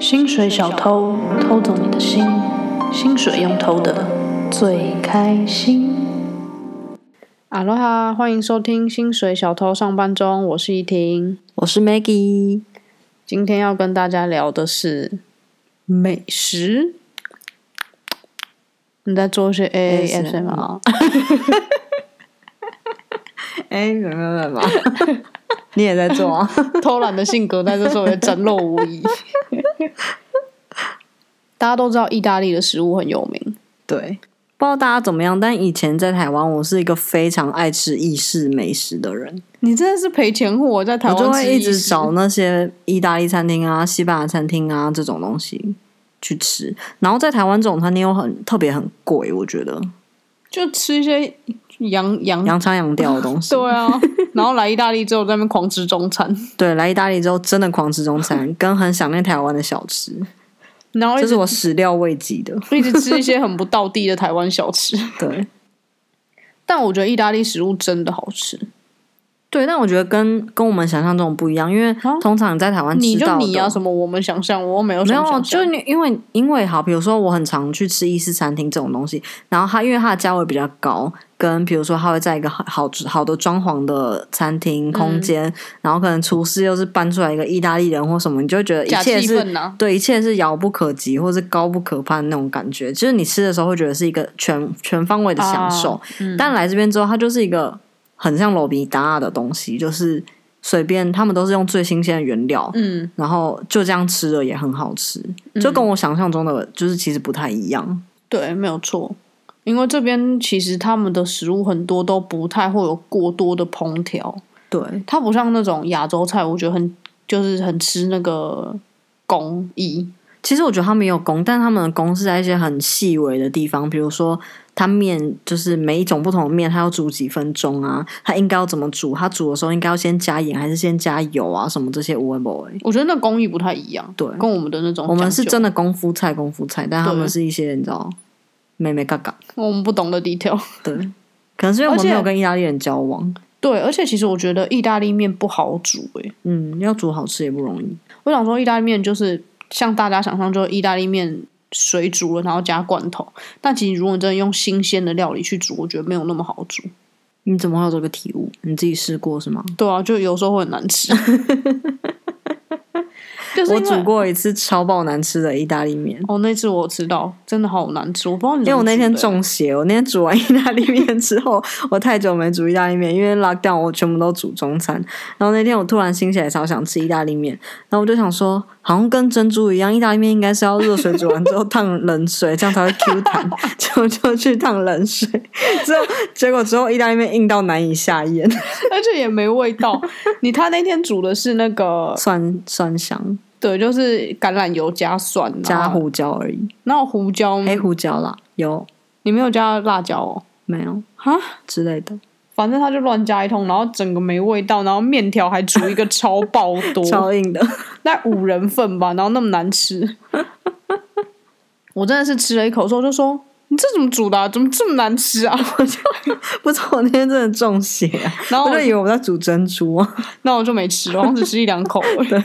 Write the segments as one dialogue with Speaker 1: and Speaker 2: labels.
Speaker 1: 薪水小偷偷走你的心，薪水用偷的最开心。阿罗哈，欢迎收听《薪水小偷上班中》，我是依婷。
Speaker 2: 我是 Maggie。
Speaker 1: 今天要跟大家聊的是美食。你在做一些 ASM 啊？
Speaker 2: 哎，怎么怎么？你也在做啊？
Speaker 1: 偷懒的性格在这时候也展露无遗。 大家都知道意大利的食物很有名，
Speaker 2: 对，不知道大家怎么样，但以前在台湾，我是一个非常爱吃意式美食的人，
Speaker 1: 你真的是赔钱货，在台
Speaker 2: 我
Speaker 1: 湾
Speaker 2: 就会
Speaker 1: 吃
Speaker 2: 一
Speaker 1: 意
Speaker 2: 直
Speaker 1: 式
Speaker 2: 找那些意大利餐厅啊、西班牙餐厅啊这种东西去吃。然后在台湾这种餐厅又很特别很贵，我觉得
Speaker 1: 就吃一些羊羊
Speaker 2: 洋腔洋调的 东西。
Speaker 1: 对啊，然后来意大利之后在那边狂吃中餐，
Speaker 2: 对，来意大利之后真的狂吃中餐，跟很想念台湾的小吃，
Speaker 1: 然后一
Speaker 2: 这是
Speaker 1: 直
Speaker 2: 我始料未及的。
Speaker 1: 一直吃一些很不道地的台湾小吃。
Speaker 2: 对。
Speaker 1: 但我觉得意大利食物真的好吃，
Speaker 2: 对，但我觉得跟跟我们想象中不一样，因为
Speaker 1: 啊
Speaker 2: 通常你在台湾
Speaker 1: 你
Speaker 2: 吃
Speaker 1: 就
Speaker 2: 到的
Speaker 1: 你啊，什么我们想象，我又没有
Speaker 2: 没
Speaker 1: 什么
Speaker 2: 有，啊
Speaker 1: 想
Speaker 2: 就
Speaker 1: 象
Speaker 2: 你因为因为好，比如说我很常去吃意式餐厅这种东西，然后它因为它的价位比较高，跟比如说它会在一个好好好的装潢的餐厅
Speaker 1: 嗯
Speaker 2: 空间，然后可能厨师又是搬出来一个意大利人或什么，你就会觉得一
Speaker 1: 假
Speaker 2: 切
Speaker 1: 气
Speaker 2: 是
Speaker 1: 氛呐、
Speaker 2: 对，一切是遥不可及，或是高不可攀那种感觉。就是你吃的时候会觉得是一个全全方位的享受，
Speaker 1: 啊嗯
Speaker 2: 但来这边之后，它就是一个很像罗比达的东西，就是随便他们都是用最新鲜的原料，
Speaker 1: 嗯，
Speaker 2: 然后就这样吃了也很好吃，就跟我想象中的就是其实不太一样。
Speaker 1: 对，没有错。因为这边其实他们的食物很多都不太会有过多的烹调，
Speaker 2: 对，
Speaker 1: 它不像那种亚洲菜，我觉得很就是很吃那个工艺，
Speaker 2: 其实我觉得他们也有工，但他们的工是在一些很细微的地方，比如说它面就是每一种不同的面，它要煮几分钟啊，它应该要怎么煮，它煮的时候应该要先加盐还是先加油啊，什么这些无为不为。
Speaker 1: 我觉得那工艺不太一样，
Speaker 2: 对
Speaker 1: 跟我们的那种
Speaker 2: 我们
Speaker 1: 讲
Speaker 2: 是
Speaker 1: 究
Speaker 2: 真的功夫菜，功夫菜，但他
Speaker 1: 对
Speaker 2: 们是一些你知道，妹妹嘎嘎，
Speaker 1: 我们不懂的 detail。
Speaker 2: 对，可能是因为我
Speaker 1: 而
Speaker 2: 们
Speaker 1: 且
Speaker 2: 没有跟意大利人交往，
Speaker 1: 对，而且其实我觉得意大利面不好煮欸诶、
Speaker 2: 嗯，要煮好吃也不容易，
Speaker 1: 我想说意大利面就是像大家想象，就是意大利面水煮了然后加罐头，但其实如果你真的用新鲜的料理去煮，我觉得没有那么好煮。
Speaker 2: 你怎么会有这个体悟？你自己试过是吗？
Speaker 1: 对啊，就有时候会很难 吃。就是
Speaker 2: 我
Speaker 1: 因为
Speaker 2: 煮过一次超爆难吃的意大利面，
Speaker 1: 哦，那次我吃到真的好难吃，我不知道你
Speaker 2: 因为
Speaker 1: 怎么
Speaker 2: 我
Speaker 1: 煮
Speaker 2: 那天
Speaker 1: 的欸
Speaker 2: 中邪，我那天煮完意大利面之后， 我太久没煮意大利面，因为 lockdown 我全部都煮中餐。然后那天我突然心血来潮想吃意大利面，然后我就想说，好像跟珍珠一样，意大利面应该是要热水煮完之后烫冷水，这样才会 Q 弹。结果就去烫冷水，之后结果之后意大利面硬到难以下咽，
Speaker 1: 而且也没味道。你他那天煮的是那个，
Speaker 2: 蒜蒜香
Speaker 1: 对，就是橄榄油加蒜啊
Speaker 2: 加，胡哎椒而已，
Speaker 1: 然后胡椒吗
Speaker 2: 黑胡椒啦，有
Speaker 1: 你没有加辣椒哦？
Speaker 2: 没有
Speaker 1: 哈，
Speaker 2: 之类的，
Speaker 1: 反正他就乱加一通，然后整个没味道，然后面条还煮一个 超爆多，
Speaker 2: 超硬的。
Speaker 1: 那五人份吧，然后那么难 吃，我真的是吃了一口之后就说：“你这怎么煮的啊、怎么这么难吃啊
Speaker 2: 不知道我那天真的中邪、啊，
Speaker 1: 然后
Speaker 2: 我
Speaker 1: 我
Speaker 2: 就以为我在煮珍珠 啊。？”
Speaker 1: 那我就没吃了，我只吃一两口 而已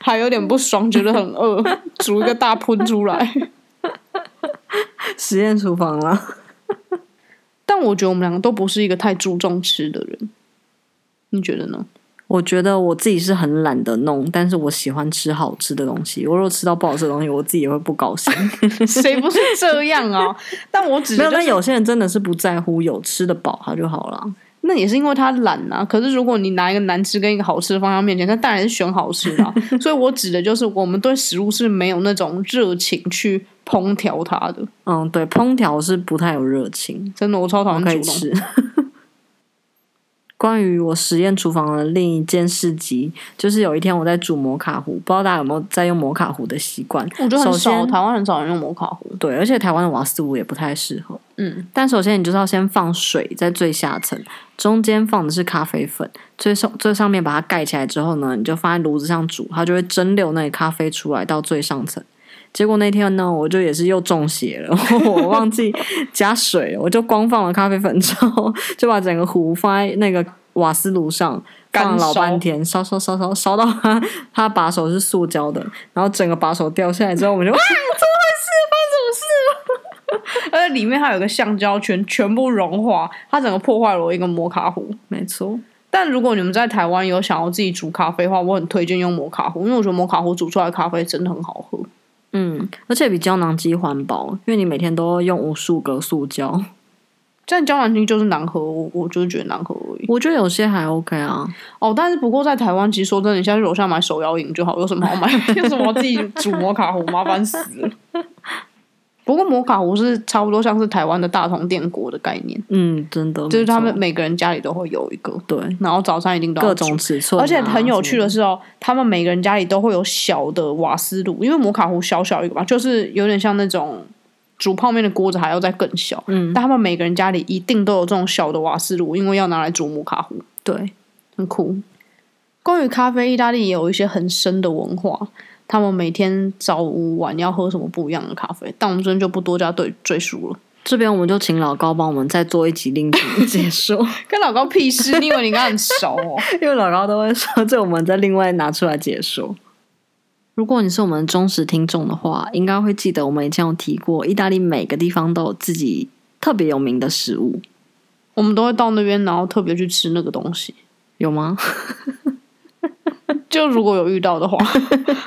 Speaker 1: 还有点不爽，觉得很饿， 煮一个大喷出来。
Speaker 2: 实验厨房啊啦，
Speaker 1: 但我觉得我们两个都不是一个太注重吃的人，你觉得呢？
Speaker 2: 我觉得我自己是很懒得弄，但是我喜欢吃好吃的东西。我如果吃到不好吃的东西，我自己也会不高 兴。
Speaker 1: 谁不是这样啊？但我只是
Speaker 2: 没有，
Speaker 1: 就
Speaker 2: 但
Speaker 1: 是
Speaker 2: 有些人真的是不在乎，有吃得饱他就好了。
Speaker 1: 那也是因为他懒啊。可是如果你拿一个难吃跟一个好吃的放在面前，那当然是选好吃 的啊、所以我指的就是我们对食物是没有那种热情去烹调它的。
Speaker 2: 嗯，对，烹调是不太有热情，
Speaker 1: 真的，我超讨厌
Speaker 2: 可以
Speaker 1: 煮东西。
Speaker 2: 吃。 关于我实验厨房的另一件事迹，就是有一天我在煮摩卡壶，不知道大家有没有在用摩卡壶的习惯？
Speaker 1: 我觉得很
Speaker 2: 首
Speaker 1: 少，
Speaker 2: 先
Speaker 1: 台湾很少人用摩卡壶。
Speaker 2: 对，而且台湾的瓦斯炉也不太适合。
Speaker 1: 嗯，
Speaker 2: 但首先你就是要先放水在最下层，中间放的是咖啡粉，最上最上面把它盖起来之后呢，你就放在炉子上煮，它就会蒸馏那个咖啡出来到最上层。结果那天呢，我就也是又中邪了， 我忘记加水了，我就光放了咖啡粉之后，就把整个壶放在那个瓦斯炉上，
Speaker 1: 干
Speaker 2: 放了老
Speaker 1: 烧
Speaker 2: 半天，烧烧烧烧烧到它它把手是塑胶的，然后整个把手掉下来之后，我们就哇，
Speaker 1: 而呃且里面还有一个橡胶圈，全部融化，它整个破坏了我一个摩卡壶。
Speaker 2: 没错，
Speaker 1: 但如果你们在台湾有想要自己煮咖啡的话，我很推荐用摩卡壶，因为我觉得摩卡壶煮出来的咖啡真的很好喝。
Speaker 2: 嗯，而且比胶囊机环保，因为你每天都用无数个塑胶，
Speaker 1: 但胶囊机就是难喝，我我就是觉得难喝而已。
Speaker 2: 我觉得有些还 OK 啊，
Speaker 1: 哦，但是不过在台湾，其实说真的，你下去楼下买手摇饮就好，有什么好买？ 有什么好自己煮摩卡壶，麻烦死了。不过摩卡壶是差不多像是台湾的大同电锅的概念，
Speaker 2: 嗯，真的，
Speaker 1: 就是
Speaker 2: 没错
Speaker 1: 他们每个人家里都会有一个，
Speaker 2: 对
Speaker 1: 然后早餐一定都要
Speaker 2: 各
Speaker 1: 煮
Speaker 2: 种尺寸啊、
Speaker 1: 而且很有趣
Speaker 2: 什么
Speaker 1: 的是哦，他们每个人家里都会有小的瓦斯炉，因为摩卡壶小小一个嘛，就是有点像那种煮泡面的锅子还要再更小。嗯，但他们每个人家里一定都有这种小的瓦斯炉，因为要拿来煮摩卡壶，
Speaker 2: 对，
Speaker 1: 很酷。关于咖啡，意大利也有一些很深的文化，他们每天早午晚要喝什么不一样的咖啡，但我们这边就不多加对赘述了。
Speaker 2: 这边我们就请老高帮我们再做一集另集解说，
Speaker 1: 跟老高屁事，你以为你跟他很熟哦？
Speaker 2: 因为老高都会说，这我们再另外拿出来解说。如果你是我们忠实听众的话，应该会记得我们以前有提过，意大利每个地方都有自己特别有名的食物，
Speaker 1: 我们都会到那边，然后特别去吃那个东西。
Speaker 2: 有吗？
Speaker 1: 就如果有遇到的话，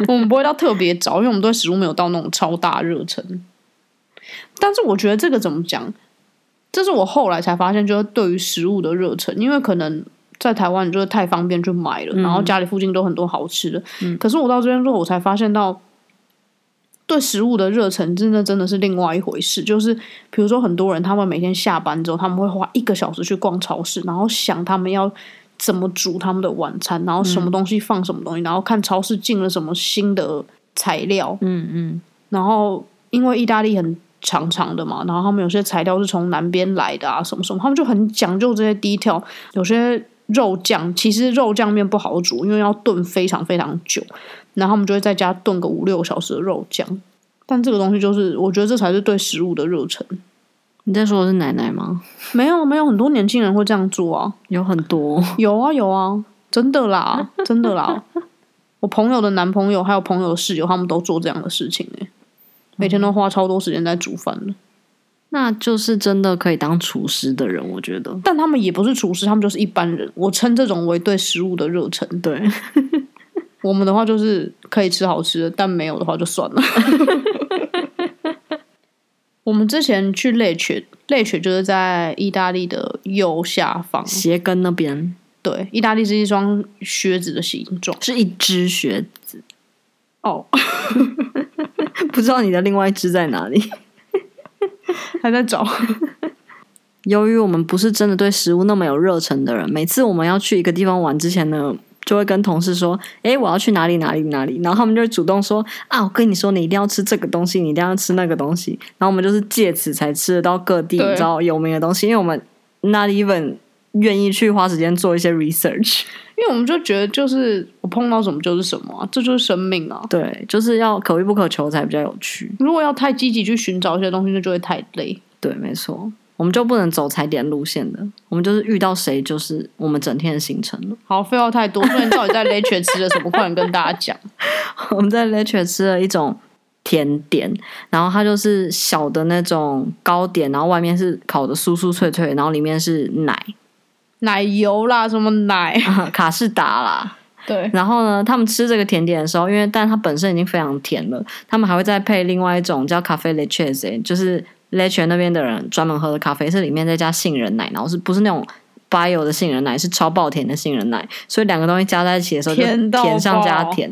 Speaker 1: 我们不会到特别早，因为我们对食物没有到那种超大热忱。但是我觉得这个怎么讲，这是我后来才发现，就是对于食物的热忱，因为可能在台湾你就是太方便去买了，然后家里附近都很多好吃的。可是我到这边之后，我才发现到。对食物的热忱，真的真的是另外一回事。就是比如说，很多人他们每天下班之后，他们会花一个小时去逛超市，然后想他们要怎么煮他们的晚餐，然后什么
Speaker 2: 嗯
Speaker 1: 东西放什么东西，然后看超市进了什么新的材料，
Speaker 2: 嗯嗯，
Speaker 1: 然后因为意大利很长长的嘛，然后他们有些材料是从南边来的啊，什么什么，他们就很讲究这些 detail。有些肉酱，其实肉酱面不好煮，因为要炖非常非常久，然后他们就会在家炖个五六个小时的肉酱。但这个东西就是，我觉得这才是对食物的热忱。
Speaker 2: 你在说的是奶奶吗？
Speaker 1: 没有没有，很多年轻人会这样做啊。
Speaker 2: 有很多，
Speaker 1: 有啊有啊，真的啦， 真的啦。我朋友的男朋友还有朋友的室友，他们都做这样的事情哎、每天都花超多时间在煮饭的。
Speaker 2: 那就是真的可以当厨师的人，我觉得。
Speaker 1: 但他们也不是厨师，他们就是一般人。我称这种为对食物的热忱。
Speaker 2: 对，
Speaker 1: 我们的话就是可以吃好吃的，但没有的话就算 了。我们之前去猎犬，猎犬就是在意大利的右下方。
Speaker 2: 鞋跟那边
Speaker 1: 对，意大利是一双靴子的形状。
Speaker 2: 是一只学
Speaker 1: 哦，
Speaker 2: 不知道你的另外一只在哪里。
Speaker 1: 还在找。
Speaker 2: 由于我们不是真的对食物那么有热忱的人，每次我们要去一个地方玩之前呢，就会跟同事说：“诶，我要去哪里哪里哪里。”然后他们就会主动说：“啊，我跟你说，你一定要吃这个东西，你一定要吃那个东西。”然后我们就是借此才吃得到各地
Speaker 1: 对
Speaker 2: 你知道有名的东西，因为我们 not even 愿意去花时间做一些 research。
Speaker 1: 因为我们就觉得就是我碰到什么就是什么、啊，这就是生命啊。
Speaker 2: 对，就是要可遇不可求才比较有趣。
Speaker 1: 如果要太积极去寻找一些东西，那就会太累。
Speaker 2: 对，没错，我们就不能走踩点路线的，我们就是遇到谁就是我们整天的行程了。
Speaker 1: 好，废话太多，不然到底在 l e 吃了什么？快点跟大家讲。
Speaker 2: 我们在 Lecture 吃了一种甜点，然后它就是小的那种糕点，然后外面是烤的酥酥脆脆，然后里面是奶、
Speaker 1: 奶油啦，什么奶？
Speaker 2: 啊、卡士达啦。
Speaker 1: 对，
Speaker 2: 然后呢，他们吃这个甜点的时候，因为但它本身已经非常甜了，他们还会再配另外一种叫咖啡 Leche，就是 Leche 那边的人专门喝的咖啡，是里面再加杏仁奶，然后是不是那种 bio 的杏仁奶，是超爆甜的杏仁奶，所以两个东西加在一起的时候就
Speaker 1: 甜到
Speaker 2: 甜上加
Speaker 1: 爆
Speaker 2: 甜。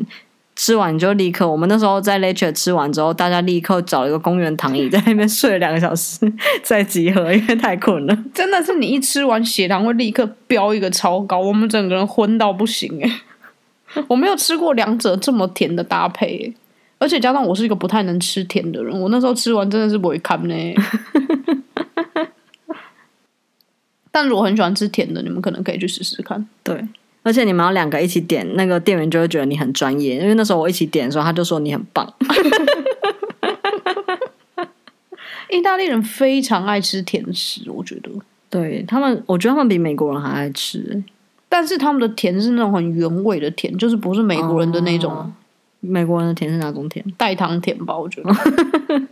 Speaker 2: 吃完你就立刻，我们那时候在 Lecture 吃完之后，大家立刻找了一个公园躺椅，在那边睡了两个小时， 再集合，因为太困了。
Speaker 1: 真的是你一吃完血糖会立刻飙一个超高，我们整个人昏到不行哎、我没有吃过两者这么甜的搭配、欸，而且加上我是一个不太能吃甜的人，我那时候吃完真的是不会看欸呢、但如果很喜欢吃甜的，你们可能可以去试试看。
Speaker 2: 对，而且你们要两个一起点，那个店员就会觉得你很专业，因为那时候我一起点的时候，他就说你很棒。
Speaker 1: 意大利人非常爱吃甜食，我觉得
Speaker 2: 对他们，我觉得他们比美国人还爱吃。
Speaker 1: 但是他们的甜是那种很原味的甜，就是不是美国人的那种
Speaker 2: 哦美国人的甜是哪种甜？
Speaker 1: 代糖甜吧，我觉得。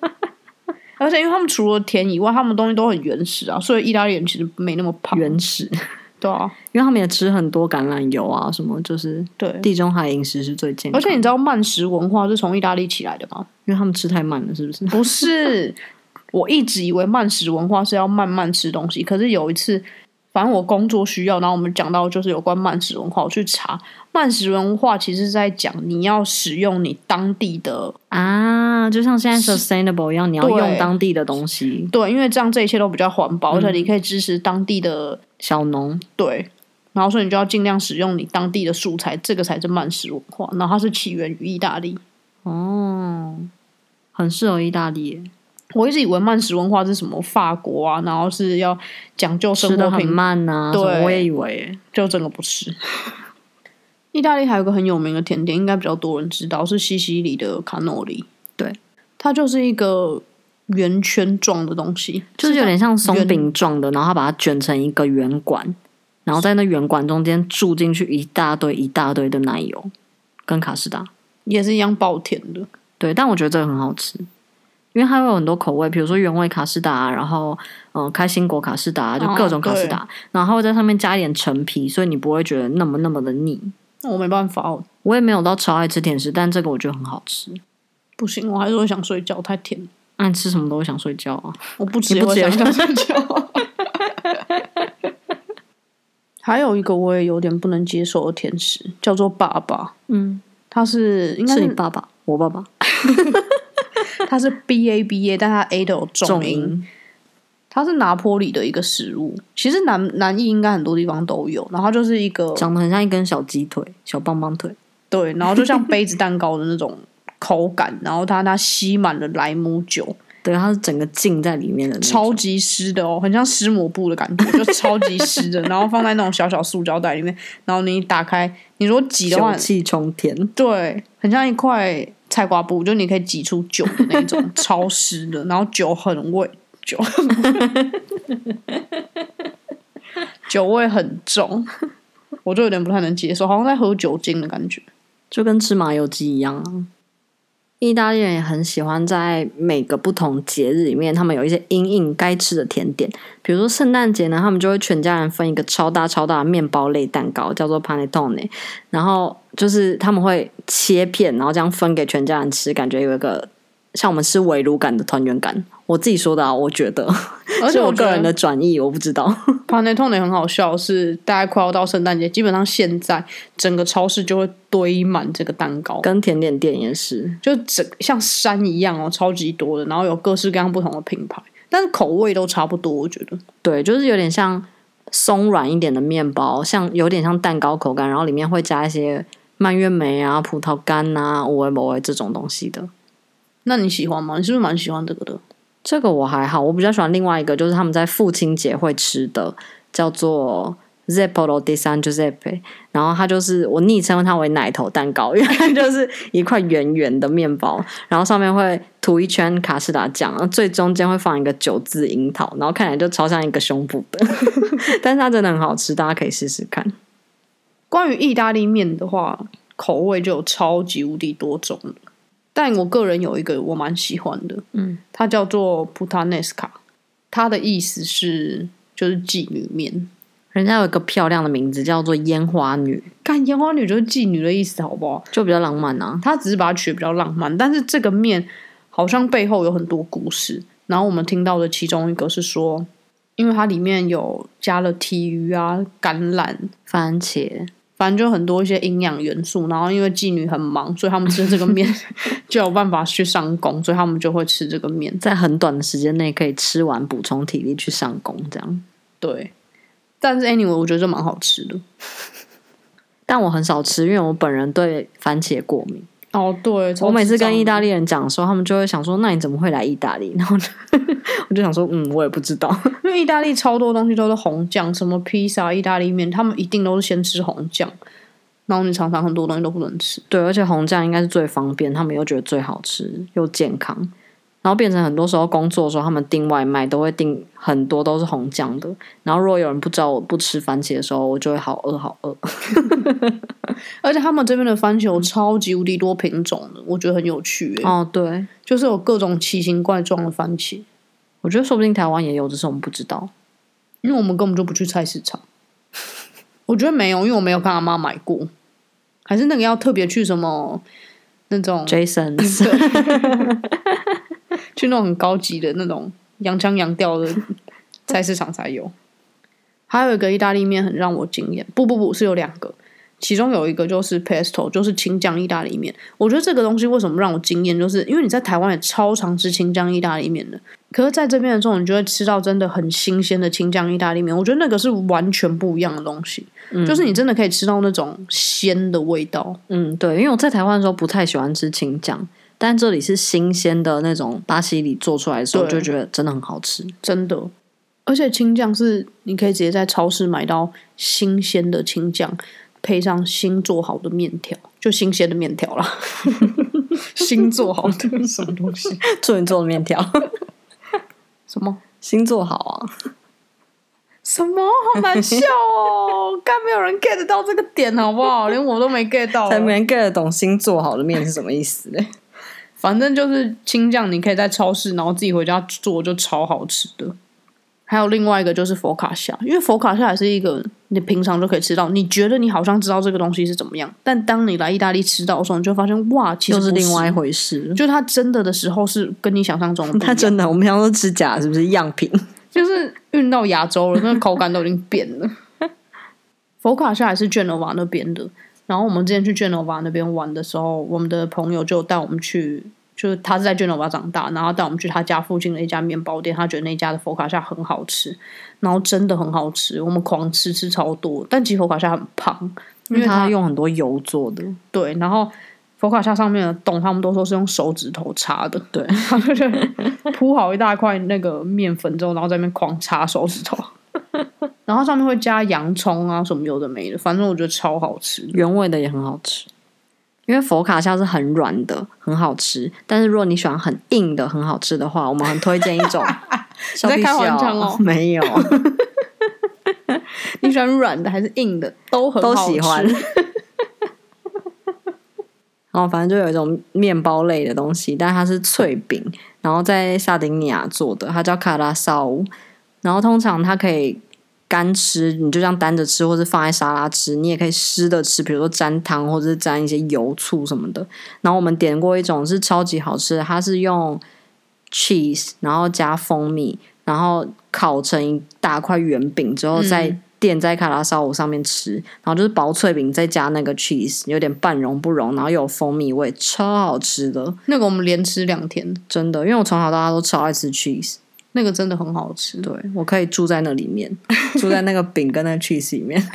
Speaker 1: 而且因为他们除了甜以外，他们东西都很原始啊，所以意大利人其实没那么胖。
Speaker 2: 原始，
Speaker 1: 对啊，
Speaker 2: 因为他们也吃很多橄榄油啊，什么就是
Speaker 1: 对。
Speaker 2: 地中海饮食是最健康
Speaker 1: 而
Speaker 2: 的。
Speaker 1: 且你知道慢食文化是从意大利起来的 吗？
Speaker 2: 因为他们吃太慢了，是不是？
Speaker 1: 不是，我一直以为慢食文化是要慢慢吃东西，可是有一次，反正我工作需要，然后我们讲到就是有关慢食文化，我去查慢食文化，其实是在讲你要使用你当地的，
Speaker 2: 啊，就像现在 sustainable 一样，你要
Speaker 1: 对
Speaker 2: 用当地的东西，
Speaker 1: 对，因为这样这一切都比较环保，而且
Speaker 2: 嗯
Speaker 1: 你可以支持当地的，
Speaker 2: 小农
Speaker 1: 对。然后所以你就要尽量使用你当地的素材，这个才是慢食文化。然后它是起源于意大利。
Speaker 2: 哦，很适合意大利耶，
Speaker 1: 我一直以为慢食文化是什么法国啊，然后是要讲究生
Speaker 2: 吃的
Speaker 1: 活
Speaker 2: 很
Speaker 1: 品
Speaker 2: 慢呐、啊。
Speaker 1: 对
Speaker 2: 什么我也以为耶
Speaker 1: 就真的不是。意大利还有个很有名的甜点，应该比较多人知道，是西西里的卡诺里。
Speaker 2: 对，
Speaker 1: 它就是一个圆圈状的东西，
Speaker 2: 就是有点像松
Speaker 1: 圆
Speaker 2: 饼状的，然后它把它卷成一个圆管，然后在那圆管中间注进去一大堆一大堆的奶油跟卡士达。
Speaker 1: 也是一样爆甜的。
Speaker 2: 对，但我觉得这个很好吃，因为它会有很多口味，比如说原味卡士达，然后嗯、呃开心果卡士达，就
Speaker 1: 哦
Speaker 2: 各种卡士达，然后它会在上面加一点陈皮，所以你不会觉得那么那么的腻。
Speaker 1: 我没办法，我
Speaker 2: 我也没有到超爱吃甜食，但这个我觉得很好吃。
Speaker 1: 不行，我还是会想睡觉，太甜了。
Speaker 2: 那、你吃什么都会想睡觉啊？
Speaker 1: 我不吃
Speaker 2: 你
Speaker 1: 也
Speaker 2: 不
Speaker 1: 会
Speaker 2: 吃也
Speaker 1: 想 想睡觉。还有一个我也有点不能接受的甜食，叫做粑粑。
Speaker 2: 嗯，
Speaker 1: 它是应该
Speaker 2: 是你
Speaker 1: 是
Speaker 2: 爸爸，我爸爸
Speaker 1: 它是 B A B A，但它 A 都有重
Speaker 2: 重
Speaker 1: 音。
Speaker 2: 音，
Speaker 1: 它是拿坡里的一个食物，其实南南意应该很多地方都有。然后它就是一个
Speaker 2: 长得很像一根小鸡腿，小棒棒腿。
Speaker 1: 对，然后就像杯子蛋糕的那种口感，然后它它吸满了莱姆酒，
Speaker 2: 对，它是整个浸在里面的那种。
Speaker 1: 超级湿的哦，很像湿抹布的感 觉，就超级湿的。然后放在那种小小塑胶袋里面，然后你打开，你如果挤的话
Speaker 2: 酒，气冲天，
Speaker 1: 对，很像一块菜瓜布，就你可以挤出酒的那种，超湿的，然后酒很味，酒酒味很重，我就有点不太能接受，好像在喝酒精的感觉。
Speaker 2: 就跟吃麻油鸡一样啊。意大利人也很喜欢在每个不同节日里面，他们有一些应应该吃的甜点。比如说圣诞节呢，他们就会全家人分一个超大超大的面包类蛋糕，叫做 panettone，然后就是他们会切片，然后这样分给全家人吃，感觉有一个像我们吃围炉感的团圆感。我自己说的啊，我觉得，
Speaker 1: 而且
Speaker 2: 是我
Speaker 1: 我
Speaker 2: 个人
Speaker 1: 觉
Speaker 2: 的
Speaker 1: 得
Speaker 2: 转意，我不知道。
Speaker 1: Panettone 也很好笑，是大家快要到圣诞节，基本上现在整个超市就会堆满这个蛋糕，
Speaker 2: 跟甜点店也是，
Speaker 1: 就整像山一样哦，超级多的，然后有各式各样不同的品牌，但是口味都差不多，我觉得。
Speaker 2: 对，就是有点像松软一点的面包，像有点像蛋糕口感，然后里面会加一些蔓越莓啊、葡萄干啊、五味某味这种东西的。
Speaker 1: 那你喜欢吗？你是不是蛮喜欢这个的？
Speaker 2: 这个我还好，我比较喜欢另外一个，就是他们在父亲节会吃的，叫做 Zeppolo di San Giuseppe，然后它就是我昵称它为奶头蛋糕，因为它就是一块圆圆的面包，然后上面会涂一圈卡士达酱，然后最中间会放一个九字樱桃，然后看起来就超像一个胸部的， 但是它真的很好吃，大家可以试试看。
Speaker 1: 关于意大利面的话，口味就有超级无敌多种了但我个人有一个我蛮喜欢的，
Speaker 2: 嗯，
Speaker 1: 它叫做 Putanesca，它的意思是就是妓女面。
Speaker 2: 人家有一个漂亮的名字叫做烟花女，
Speaker 1: 干烟花女就是妓女的意思，好不好？
Speaker 2: 就比较浪漫啊。
Speaker 1: 它只是把它取得比较浪漫，但是这个面好像背后有很多故事。然后我们听到的其中一个是说，因为它里面有加了体鱼啊、橄榄，
Speaker 2: 番茄，
Speaker 1: 反正就很多一些营养元素，然后因为妓女很忙，所以他们吃这个 面就有办法去上工，所以他们就会吃这个面。
Speaker 2: 在很短的时间内可以吃完补充体力去上工，这样。
Speaker 1: 对，但是 anyway，我觉得这蛮好吃的。
Speaker 2: 但我很少吃，因为我本人对番茄过敏。
Speaker 1: 哦，对，
Speaker 2: 我每次跟意大
Speaker 1: 利
Speaker 2: 利人讲的时候，他们就会想说：“那你怎么会来意大利？”然后 我就我就想说：“嗯，我也不知道。
Speaker 1: 因为意大利超多东西都是红酱，什么披萨、意大利面，他们一定都是先吃红酱，然后你常常很多东西都不能吃”。
Speaker 2: 对，而且红酱应该是最方便，他们又觉得最好吃又健康。然后变成很多时候工作的时候，他们订外卖都会订很多都是红酱的。然后如果有人不知道我不吃番茄的时候，我就会好饿好饿。
Speaker 1: 而且他们这边的番茄有超级无敌多品种的，我觉得很有趣、欸。
Speaker 2: 哦，对，
Speaker 1: 就是有各种奇形怪状的番茄，
Speaker 2: 我觉得说不定台湾也有，只是我们不知道。
Speaker 1: 因为我们根本就不去菜市场。我觉得没有，因为我没有跟阿妈买过，还是那个要特别去什么那种
Speaker 2: Jason，
Speaker 1: 去那种很高级的那种洋腔洋调的菜市场才有。 还有一个意大利面很让我惊艳，不不不是有两个，其中有一个就是 pesto，就是青酱意大利面。我觉得这个东西为什么让我惊艳，就是因为你在台湾也超常吃青酱意大利面的，可是在这边的时候，你就会吃到真的很新鲜的青酱意大利面。我觉得那个是完全不一样的东西，就是你真的可以吃到那种鲜的味道。
Speaker 2: 嗯，对，因为我在台湾的时候不太喜欢吃青酱，但这里是新鲜的那种巴西里做出来的时候，
Speaker 1: 对
Speaker 2: 就觉得真的很好吃。
Speaker 1: 真的。而且青酱是你可以直接在超市买到新鲜的青酱，配上新做好的面条，就新鲜的面条啦。 新做好的什么东西？
Speaker 2: 做你做的面条，
Speaker 1: 什么
Speaker 2: 新做好啊！
Speaker 1: 什么？好难笑哦！干没有人 get 到这个点，好不好？啊连我都没 get 到。哦
Speaker 2: 才没人 get 得懂新做好的面是什么意思嘞？
Speaker 1: 反正就是青酱，你可以在超市，然后自己回家做，就超好吃的。还有另外一个就是佛卡夏，因为佛卡夏也是一个你平常就可以吃到，你觉得你好像知道这个东西是怎么样，但当你来意大利吃到的时候，你就发现哇，其实
Speaker 2: 又
Speaker 1: 不
Speaker 2: 是
Speaker 1: 是
Speaker 2: 另外一，回事。
Speaker 1: 就是它真的的时候是跟你想象中的不一
Speaker 2: 它
Speaker 1: 样，
Speaker 2: 真的，我们平常都吃假，是不是样品？
Speaker 1: 就是运到亚洲了，那个口感都已经变了。 佛卡夏也是卷罗瓦那边的，然后我们之前去卷罗瓦那边玩的时候，我们的朋友就带我们去，就是他是在卷罗瓦长大，然后带我们去他家附近的一家面包店，他觉得那家的佛卡夏很好吃，然后真的很好吃，我们狂吃吃超多，但其实佛卡夏很胖，因
Speaker 2: 因
Speaker 1: 为
Speaker 2: 为
Speaker 1: 它
Speaker 2: 它用很多油做的，
Speaker 1: 对，然后佛卡夏上面的洞，他们都说是用手指头插的，对，他们就 铺好一大块那个面粉之后，然后在那边狂插手指头，然后上面会加洋葱啊什么有的没的，反正我觉得超好吃的。
Speaker 2: 原味的也很好吃。因为佛卡夏是很软的，很好吃。但是如果你喜欢很硬的、很好吃的话，我们很推荐一 种。小
Speaker 1: 在
Speaker 2: 屁
Speaker 1: 开黄
Speaker 2: 小
Speaker 1: 腔哦
Speaker 2: 没有，
Speaker 1: 你喜欢软的还是硬的？都很
Speaker 2: 都
Speaker 1: 好
Speaker 2: 喜
Speaker 1: 吃
Speaker 2: 欢。 然后反正就有一种面包类的东西，但它是脆饼，然后在萨丁尼亚做的，它叫卡拉萨乌。然后通常它可以干吃，你就这样单着吃，或是放在沙拉吃，你也可以湿的吃，比如说沾汤或者是沾一些油醋什么的。然后我们点过一种是超级好吃的，它是用 cheese，然后加蜂蜜，然后烤成一大块圆饼之后再。垫在卡拉烧鹅上面吃，然后就是薄脆饼，再加那个 cheese，有点半融不融，然后又有蜂蜜味，超好吃的，
Speaker 1: 那个我们连吃两天，
Speaker 2: 真的。因为我从小到大都超爱吃 cheese，
Speaker 1: 那个真的很好吃。
Speaker 2: 对我可以住在那里面，住在那个饼跟那个 cheese 里面。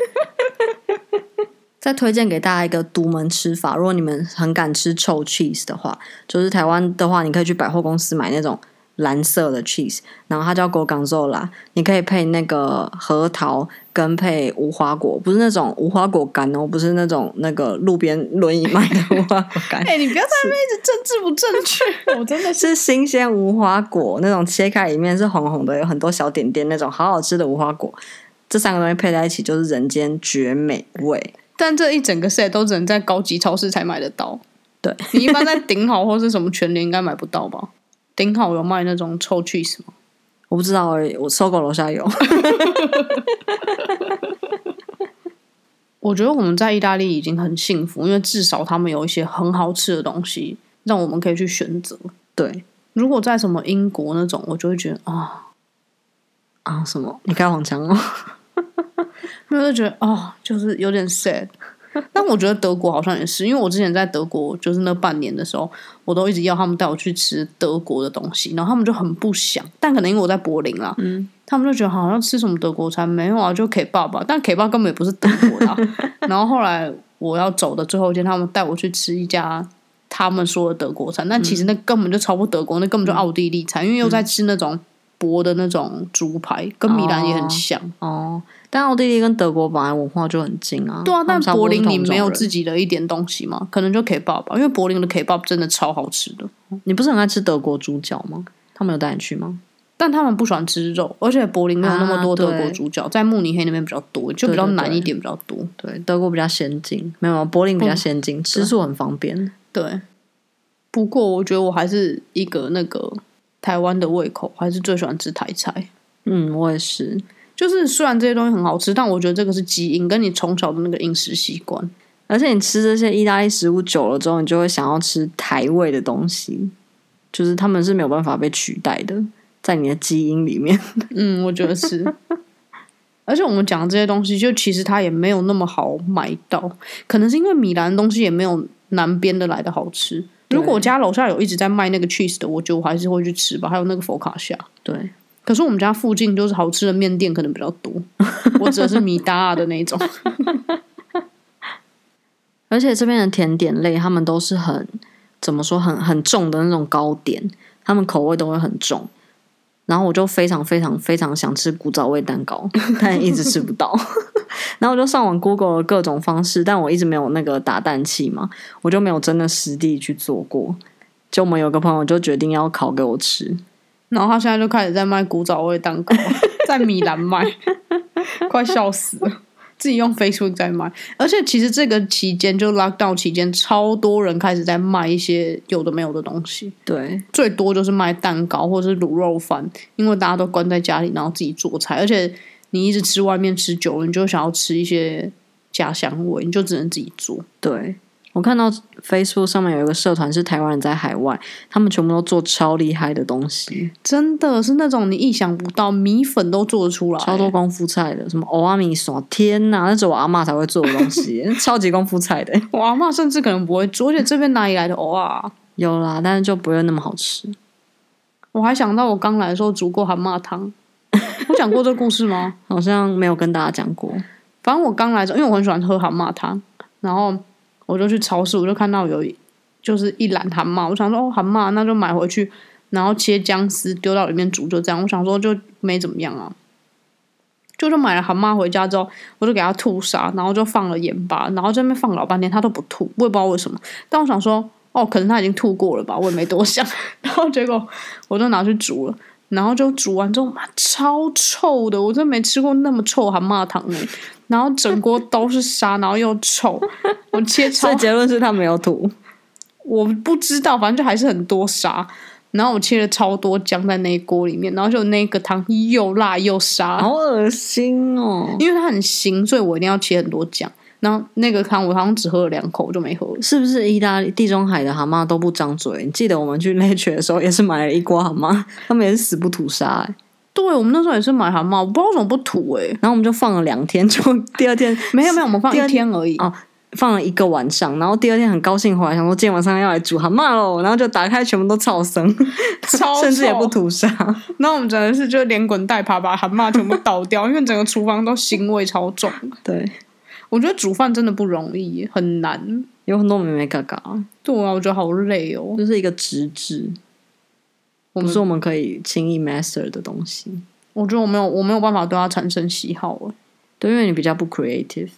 Speaker 2: 再推荐给大家一个独门吃法，如果你们很敢吃臭 cheese 的话，就是台湾的话，你可以去百货公司买那种蓝色的 cheese，然后它叫 gorgonzola，你可以配那个核桃跟配无花果，不是那种无花果干哦，不是那种那个路边轮椅卖的无花果干，
Speaker 1: 哎、你不要在那边一直政治不正确，我真的是
Speaker 2: 是新鲜无花果那种，切开里面是红红的，有很多小点点那种，好好吃的无花果。这三个东西配在一起就是人间绝美味。
Speaker 1: 但这一整个 set 都只能在高级超市才买得到。
Speaker 2: 对，
Speaker 1: 你一般在顶好或是什么全联应该买不到吧？顶好有卖那种臭 cheese 吗？
Speaker 2: 我不知道而已，我搜狗楼 下有，
Speaker 1: 我觉得我们在意大利已经很幸福，因为至少他们有一些很好吃的东西让我们可以去选择。
Speaker 2: 对
Speaker 1: 如果在什么英国那种，我就会觉得啊，
Speaker 2: 啊，什么？你开黄腔哦？
Speaker 1: 那就觉得啊，就是有点 sad。但我觉得德国好像也是，因为我之前在德国就是那半年的时候，我都一直要他们带我去吃德国的东西，然后他们就很不想，但可能因为我在柏林啦，
Speaker 2: 嗯，
Speaker 1: 他们就觉得好像吃什么德国餐没有啊，就 K 爸爸，但 K 爸根本也不是德国的啊、
Speaker 2: 嗯
Speaker 1: 然后后来我要走的最后一天，他们带我去吃一家
Speaker 2: 嗯
Speaker 1: 他们说的德国餐，但其实那根本就超不德国，那根本就奥地利餐，因为又在吃那种薄的那种猪排，跟米兰也很像。
Speaker 2: 哦，但奥地利跟德国本来文化就很近啊。
Speaker 1: 对啊，但柏林你
Speaker 2: 你
Speaker 1: 没有自己的一点东西吗？可能就 Kebab 吧，因为柏林的 Kebab 真的超好吃的，
Speaker 2: 你不是很爱吃德国猪脚吗？他们有带你去吗？
Speaker 1: 但他们不喜欢吃肉，而且柏林没有那么多
Speaker 2: 啊
Speaker 1: 德国
Speaker 2: 对
Speaker 1: 主角，在慕尼黑那边比较多，就比较
Speaker 2: 对对对
Speaker 1: 难一点，比较多。
Speaker 2: 对，德国比较先进，没有没有柏林
Speaker 1: 哦
Speaker 2: 比较先进，吃素很方便。
Speaker 1: 对，不过我觉得我还是一个那个台湾的胃口，还是最喜欢吃台菜。
Speaker 2: 嗯，我也是。
Speaker 1: 就是虽然这些东西很好吃，但我觉得这个是基因，跟你从小的那个饮食习惯。
Speaker 2: 而且你吃这些意大利食物久了之后，你就会想要吃台味的东西，就是他们是没有办法被取代的，在你的基因里面。
Speaker 1: 嗯，我觉得是。而且我们讲的这些东西，就其实它也没有那么好买到，可能是因为米兰的东西也没有南边的来的好吃。
Speaker 2: 对
Speaker 1: 如果我家楼下有一直在卖那个 cheese 的，我觉得我还是会去吃吧。还有那个佛卡夏，
Speaker 2: 对，
Speaker 1: 可是我们家附近就是好吃的面店可能比较多，我指的是米达啊尔的那一种。
Speaker 2: 而且这边的甜点类，他们都是很怎么说，很很重的那种糕点，他们口味都会很重。然后我就非常非常非常想吃古早味蛋糕， 但一直吃不到。 然后我就上网 Google 了各种方式，但我一直没有那个打蛋器嘛，我就没有真的实地去做过。就我们有个朋友就决定要烤给我吃，
Speaker 1: 然后他现在就开始在卖古早味蛋糕， 在米兰卖，快笑死了。自己用 Facebook 在卖，而且其实这个期间就 lockdown 期间，超多人开始在卖一些有的没有的东西，
Speaker 2: 对，
Speaker 1: 最多就是卖蛋糕或者是卤肉饭，因为大家都关在家里，然后自己做菜，而且你一直吃外面吃久了，你就想要吃一些家乡味，你就只能自己做。
Speaker 2: 对我看到 Facebook 上面有一个社团是台湾人在海外，他们全部都做超厉害的东西，
Speaker 1: 真的是那种你意想不到，米粉都做得出来，
Speaker 2: 超多功夫菜的，什么欧阿米耍，天呐，那只有我阿妈才会做的东西， 超级功夫菜的。
Speaker 1: 我阿妈甚至可能不会做，而且这边哪里来的藕啊？
Speaker 2: 有啦，但是就不会那么好吃。
Speaker 1: 我还想到我刚来的时候煮过蛤蟆汤，我讲过这故事吗？
Speaker 2: 好像没有跟大家讲过，
Speaker 1: 反正我刚来的时候，因为我很喜欢喝蛤蟆汤，然后我就去超市，我就看到有一就是一篮蛤蟆，我想说哦蛤蟆，那就买回去，然后切姜丝丢到里面煮，就这样。我想说就没怎么样啊，就是买了蛤蟆回家之后，我就给它吐沙，然后就放了盐巴，然后这边放老半天它都不吐，我也不知道为什么。但我想说哦，可能它已经吐过了吧，我也没多想。 然后结果我就拿去煮了。然后就煮完之后，妈超臭的！我真没吃过那么臭蛤蟆汤哎、然后整锅都是沙，然后又臭，我切超
Speaker 2: 所以结论是他没有吐。
Speaker 1: 我不知道，反正就还是很多沙。然后我切了超多姜在那一锅里面，然后就那个汤又辣又沙，
Speaker 2: 好恶心哦！
Speaker 1: 因为它很腥，所以我一定要切很多姜。然后那个汤我好像只喝了两口就没喝了。
Speaker 2: 是不是意大利地中海的蛤蟆都不张嘴？你记得我们去 Nature 的时候也是买了一锅蛤蟆，他们也是死不吐沙、欸
Speaker 1: 对我们那时候也是买蛤蟆，我不知道为什么不吐哎、
Speaker 2: 然后我们就放了两天，就 第二天
Speaker 1: 没有没有，我们放
Speaker 2: 第
Speaker 1: 一
Speaker 2: 二
Speaker 1: 天啊而已。
Speaker 2: 哦放了一个晚上，然后第二天很高兴回来，想说今天晚上要来煮蛤蟆喽，然后就打开全部都超生，
Speaker 1: 超
Speaker 2: 甚至也
Speaker 1: 臭
Speaker 2: 不吐沙。
Speaker 1: 那我们真的是就连滚带爬把蛤蟆全部倒掉，因为整个厨房都腥味超 重。
Speaker 2: 对，
Speaker 1: 我觉得煮饭真的不容易，很难。
Speaker 2: 有很多美美嘎嘎，
Speaker 1: 对啊，我觉得好累哦。
Speaker 2: 就是一个直至，
Speaker 1: 我
Speaker 2: 不
Speaker 1: 们
Speaker 2: 是我们可以轻易 master 的东西。
Speaker 1: 我觉得我没有，我没有办法对它产生喜好哎。
Speaker 2: 对，因为你比较不 creative。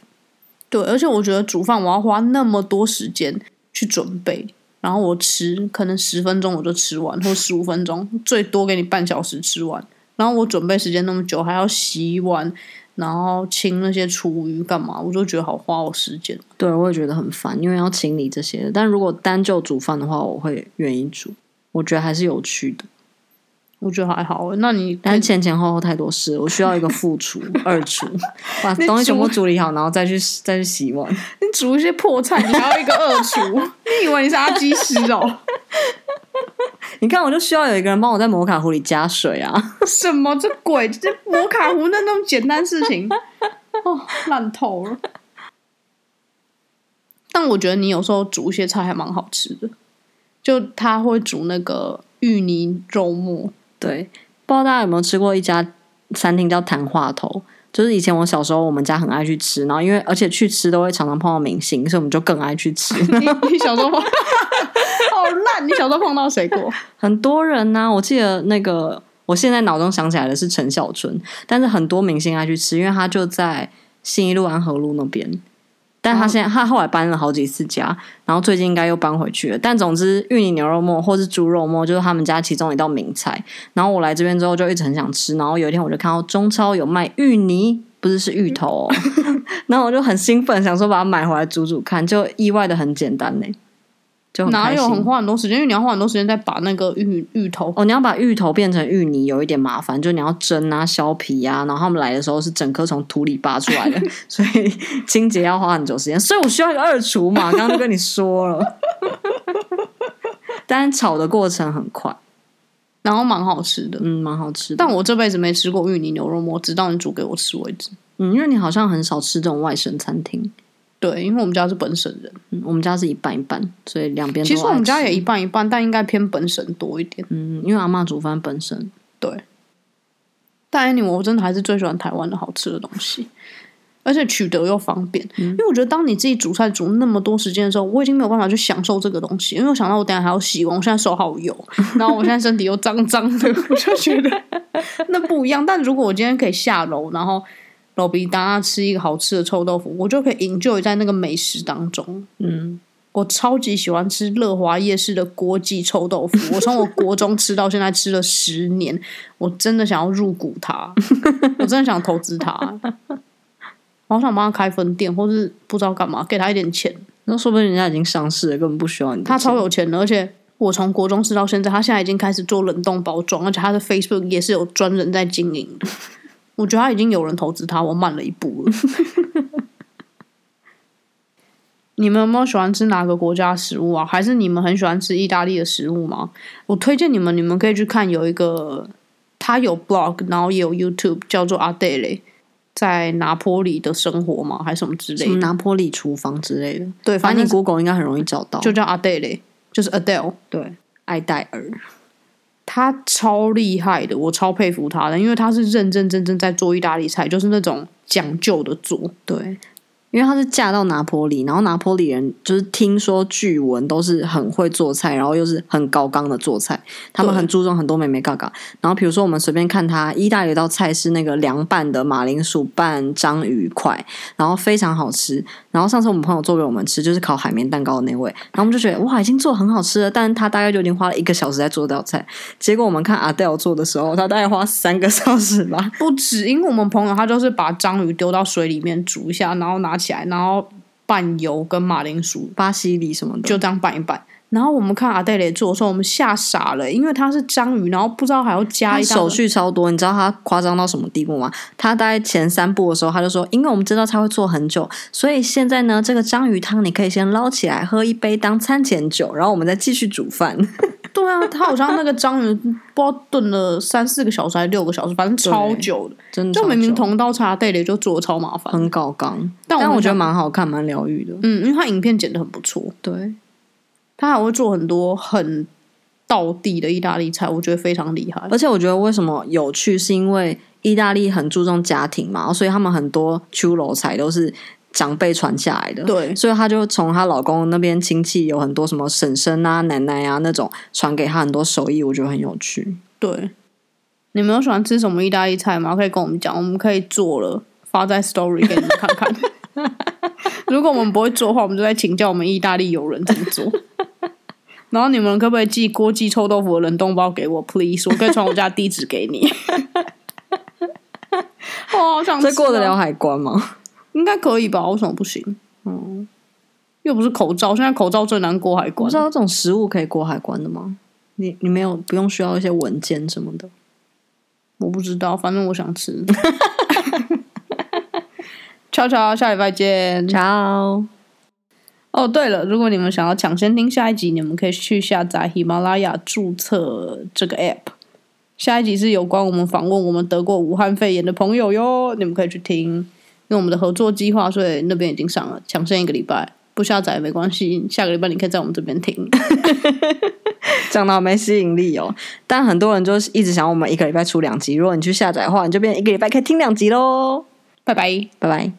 Speaker 1: 对，而且我觉得煮饭我要花那么多时间去准备，然后我吃可能十分钟我就吃完，或十五分钟，最多给你半小时吃完。然后我准备时间那么久，还要洗碗，然后清那些厨余干嘛，我就觉得好花我时间。
Speaker 2: 对，我也觉得很烦，因为要清理这些的。但如果单就煮饭的话，我会愿意煮，我觉得还是有趣的。
Speaker 1: 我觉得还好欸。那你
Speaker 2: 但是前前后后太多事，我需要一个副 厨、二厨，把
Speaker 1: 你
Speaker 2: 东西全部
Speaker 1: 煮
Speaker 2: 处理好，然后再去再去洗碗。
Speaker 1: 你煮一些破菜，你还要一个二 厨，你以为你是阿基师哦？
Speaker 2: 你看，我就需要有一个人帮我在摩卡壶里加水啊！
Speaker 1: 什么这鬼？这摩卡壶那那么简单事情，哦，烂透了。但我觉得你有时候煮一些菜还蛮好吃的，就他会煮那个芋泥肉末，
Speaker 2: 对，不知道大家有没有吃过一家餐厅叫谈话头？就是以前我小时候，我们家很爱去吃，然后因为而且去吃都会常常碰到明星，所以我们就更爱去吃。
Speaker 1: 你你小时候碰，哦好烂！你小时候碰到谁过？
Speaker 2: 很多人呢、我记得那个我现在脑中想起来的是陈小春，但是很多明星爱去吃，因为他就在信义路安和路那边。但
Speaker 1: 哦
Speaker 2: 他现在、他后来搬了好几次家，然后最近应该又搬回去了。但总之，芋泥牛肉末或是猪肉末就是他们家其中一道名菜。然后我来这边之后就一直很想吃，然后有一天我就看到中超有卖芋泥，不是是芋头、哦， 然后我就很兴奋，想说把它买回来煮煮看，就意外的很简单呢、就很
Speaker 1: 哪
Speaker 2: 开
Speaker 1: 有很
Speaker 2: 心。
Speaker 1: 花很多时间？因为你要花很多时间在把那个芋芋头
Speaker 2: 哦，你要把芋头变成芋泥有一点麻烦，就你要蒸啊、削皮啊，然后他们来的时候是整颗从土里拔出来的，所以清洁要花很久时间，所以我需要一个二厨嘛，刚刚就跟你说了。 但炒的过程很快，
Speaker 1: 然后蛮好吃的。
Speaker 2: 嗯，蛮好吃的。
Speaker 1: 但我这辈子没吃过芋泥牛肉末，直到你煮给我吃为止。
Speaker 2: 嗯，因为你好像很少吃这种外省餐厅，
Speaker 1: 对，因为我们家是本省人，
Speaker 2: 嗯，我们家是一半一半，所以两边都
Speaker 1: 其实我
Speaker 2: 爱
Speaker 1: 们家
Speaker 2: 吃
Speaker 1: 也一半一半，但应该偏本省多一点。
Speaker 2: 嗯，因为阿嬷煮饭本身，
Speaker 1: 但 anyway，我真的还是最喜欢台湾的好吃的东西，而且取得又方便。因为我觉得当你自己煮菜煮那么多时间的时候，我已经没有办法去享受这个东西，因为我想到我等一下还要洗碗，我现在手好油，然后我现在身体又脏脏的，我就觉得那不一样。但如果我今天可以下楼，然后楼比大家吃一个好吃的臭豆腐，我就可以 enjoy 在那个美食当中。
Speaker 2: 嗯，
Speaker 1: 我超级喜欢吃乐华夜市的锅记臭豆腐，我从我国中吃到现在吃了十年，我真的想要入股它，我真的想投资它，我好想帮他开分店，或是不知道干嘛，给他一点钱，
Speaker 2: 那说不定人家已经上市了，根本不需要你的
Speaker 1: 他
Speaker 2: 钱。
Speaker 1: 超有钱的，而且。我从国中吃到现在，他现在已经开始做冷冻包装，而且他的 Facebook 也是有专人在经营的。我觉得他已经有人投资他，我慢了一步了。你们有没有喜欢吃哪个国家的食物啊？还是你们很喜欢吃意大利的食物吗？我推荐你们，你们可以去看有一个，他有 blog，然后也有 YouTube，叫做阿黛雷，在拿坡里的生活吗？还是什么之
Speaker 2: 什么
Speaker 1: 类的？
Speaker 2: 拿坡里厨房之类的，
Speaker 1: 对，
Speaker 2: 反
Speaker 1: 反正
Speaker 2: 正你 Google 应该很容易找到。
Speaker 1: 就叫阿黛雷，就是 Adele。
Speaker 2: 对，爱戴尔，
Speaker 1: 他超厉害的，我超佩服他的，因为他是认认真真在做意大利菜，就是那种讲究的做。
Speaker 2: 对，因为她是嫁到拿坡里，然后拿坡里人就是听说据闻都是很会做菜，然后又是很高纲的做菜，他们
Speaker 1: 对
Speaker 2: 很注重很多美美嘎嘎。然后比如说我们随便看她意大利有一道菜是那个凉拌的马铃薯拌章鱼块，然后非常好吃。然后上次我们朋友做给我们吃，就是烤海绵蛋糕的那位，然后我们就觉得哇，已经做很好吃了，但他大概就已经花了一个小时在做这道菜。结果我们看阿 d 做的时候，他大概花三个小时吧。
Speaker 1: 不止，因为我们朋友他就是把章鱼丢到水里面煮一下，然后拿起来，然后拌油跟马铃薯
Speaker 2: 巴西里什么的，
Speaker 1: 就这样拌一拌。然后我们看阿黛蕾做的时候，我们吓傻了，因为它是章鱼，然后不知道还要加
Speaker 2: 他
Speaker 1: 一大
Speaker 2: 手续超多，你知道他夸张到什么地步吗？他大概前三步的时候，他就说，因为我们知道他会做很久，所以现在呢，这个章鱼汤你可以先捞起来喝一杯当餐前酒，然后我们再继续煮饭。
Speaker 1: 对啊，他好像那个章鱼不知道炖了三四个小时还是六个小时，反正超久的。
Speaker 2: 真的
Speaker 1: 就
Speaker 2: 超
Speaker 1: 明明
Speaker 2: 久
Speaker 1: 同道茶阿黛蕾就做的超麻烦，
Speaker 2: 很搞纲，
Speaker 1: 但
Speaker 2: 但
Speaker 1: 我
Speaker 2: 我
Speaker 1: 们
Speaker 2: 觉得
Speaker 1: 想
Speaker 2: 蛮好看，蛮疗愈的。
Speaker 1: 嗯，因为他影片剪的很不错。
Speaker 2: 对，
Speaker 1: 他还会做很多很道地的意大利菜，我觉得非常厉害。
Speaker 2: 而且我觉得为什么有趣，是因为意大利很注重家庭嘛，所以他们很多秋楼菜都是长辈传下来的。
Speaker 1: 对
Speaker 2: 所以她就从她老公那边亲戚有很多什么婶婶啊、奶奶啊那种传给她很多手艺，我觉得很有趣。
Speaker 1: 对，你们有喜欢吃什么意大利菜吗？可以跟我们讲，我们可以做了发在 story 给你们看看。 如果我们不会做的话，我们就在请教我们意大利友人怎么做。然后你们可不可以寄锅寄臭豆腐的冷冻包给我，please？我可以传我家地址给 你。我好想吃、哦
Speaker 2: 这过得了，海关吗？
Speaker 1: 应该可以吧？为什么不行？嗯，又不是口罩，现在口罩最难过海
Speaker 2: 我
Speaker 1: 关
Speaker 2: 知。道这种食物可以过海关的吗？你你没有不用需要一些文件什么的。
Speaker 1: 我不知道，反正我想吃。 悄悄，下礼拜见。
Speaker 2: Ciao。
Speaker 1: 哦，对了，如果你们想要抢先听下一集，你们可以去下载喜马拉雅注册这个 app。下一集是有关我们访问我们得过武汉肺炎的朋友哟，你们可以去听，因为我们的合作计划，所以那边已经上了，抢先一个礼拜，不下载也没关系，下个礼拜你可以在我们这边听。
Speaker 2: 讲的好没吸引力哦。但很多人就是一直想要我们一个礼拜出两集，如果你去下载的话，你就变成一个礼拜可以听两集喽。
Speaker 1: 拜拜。
Speaker 2: 拜拜。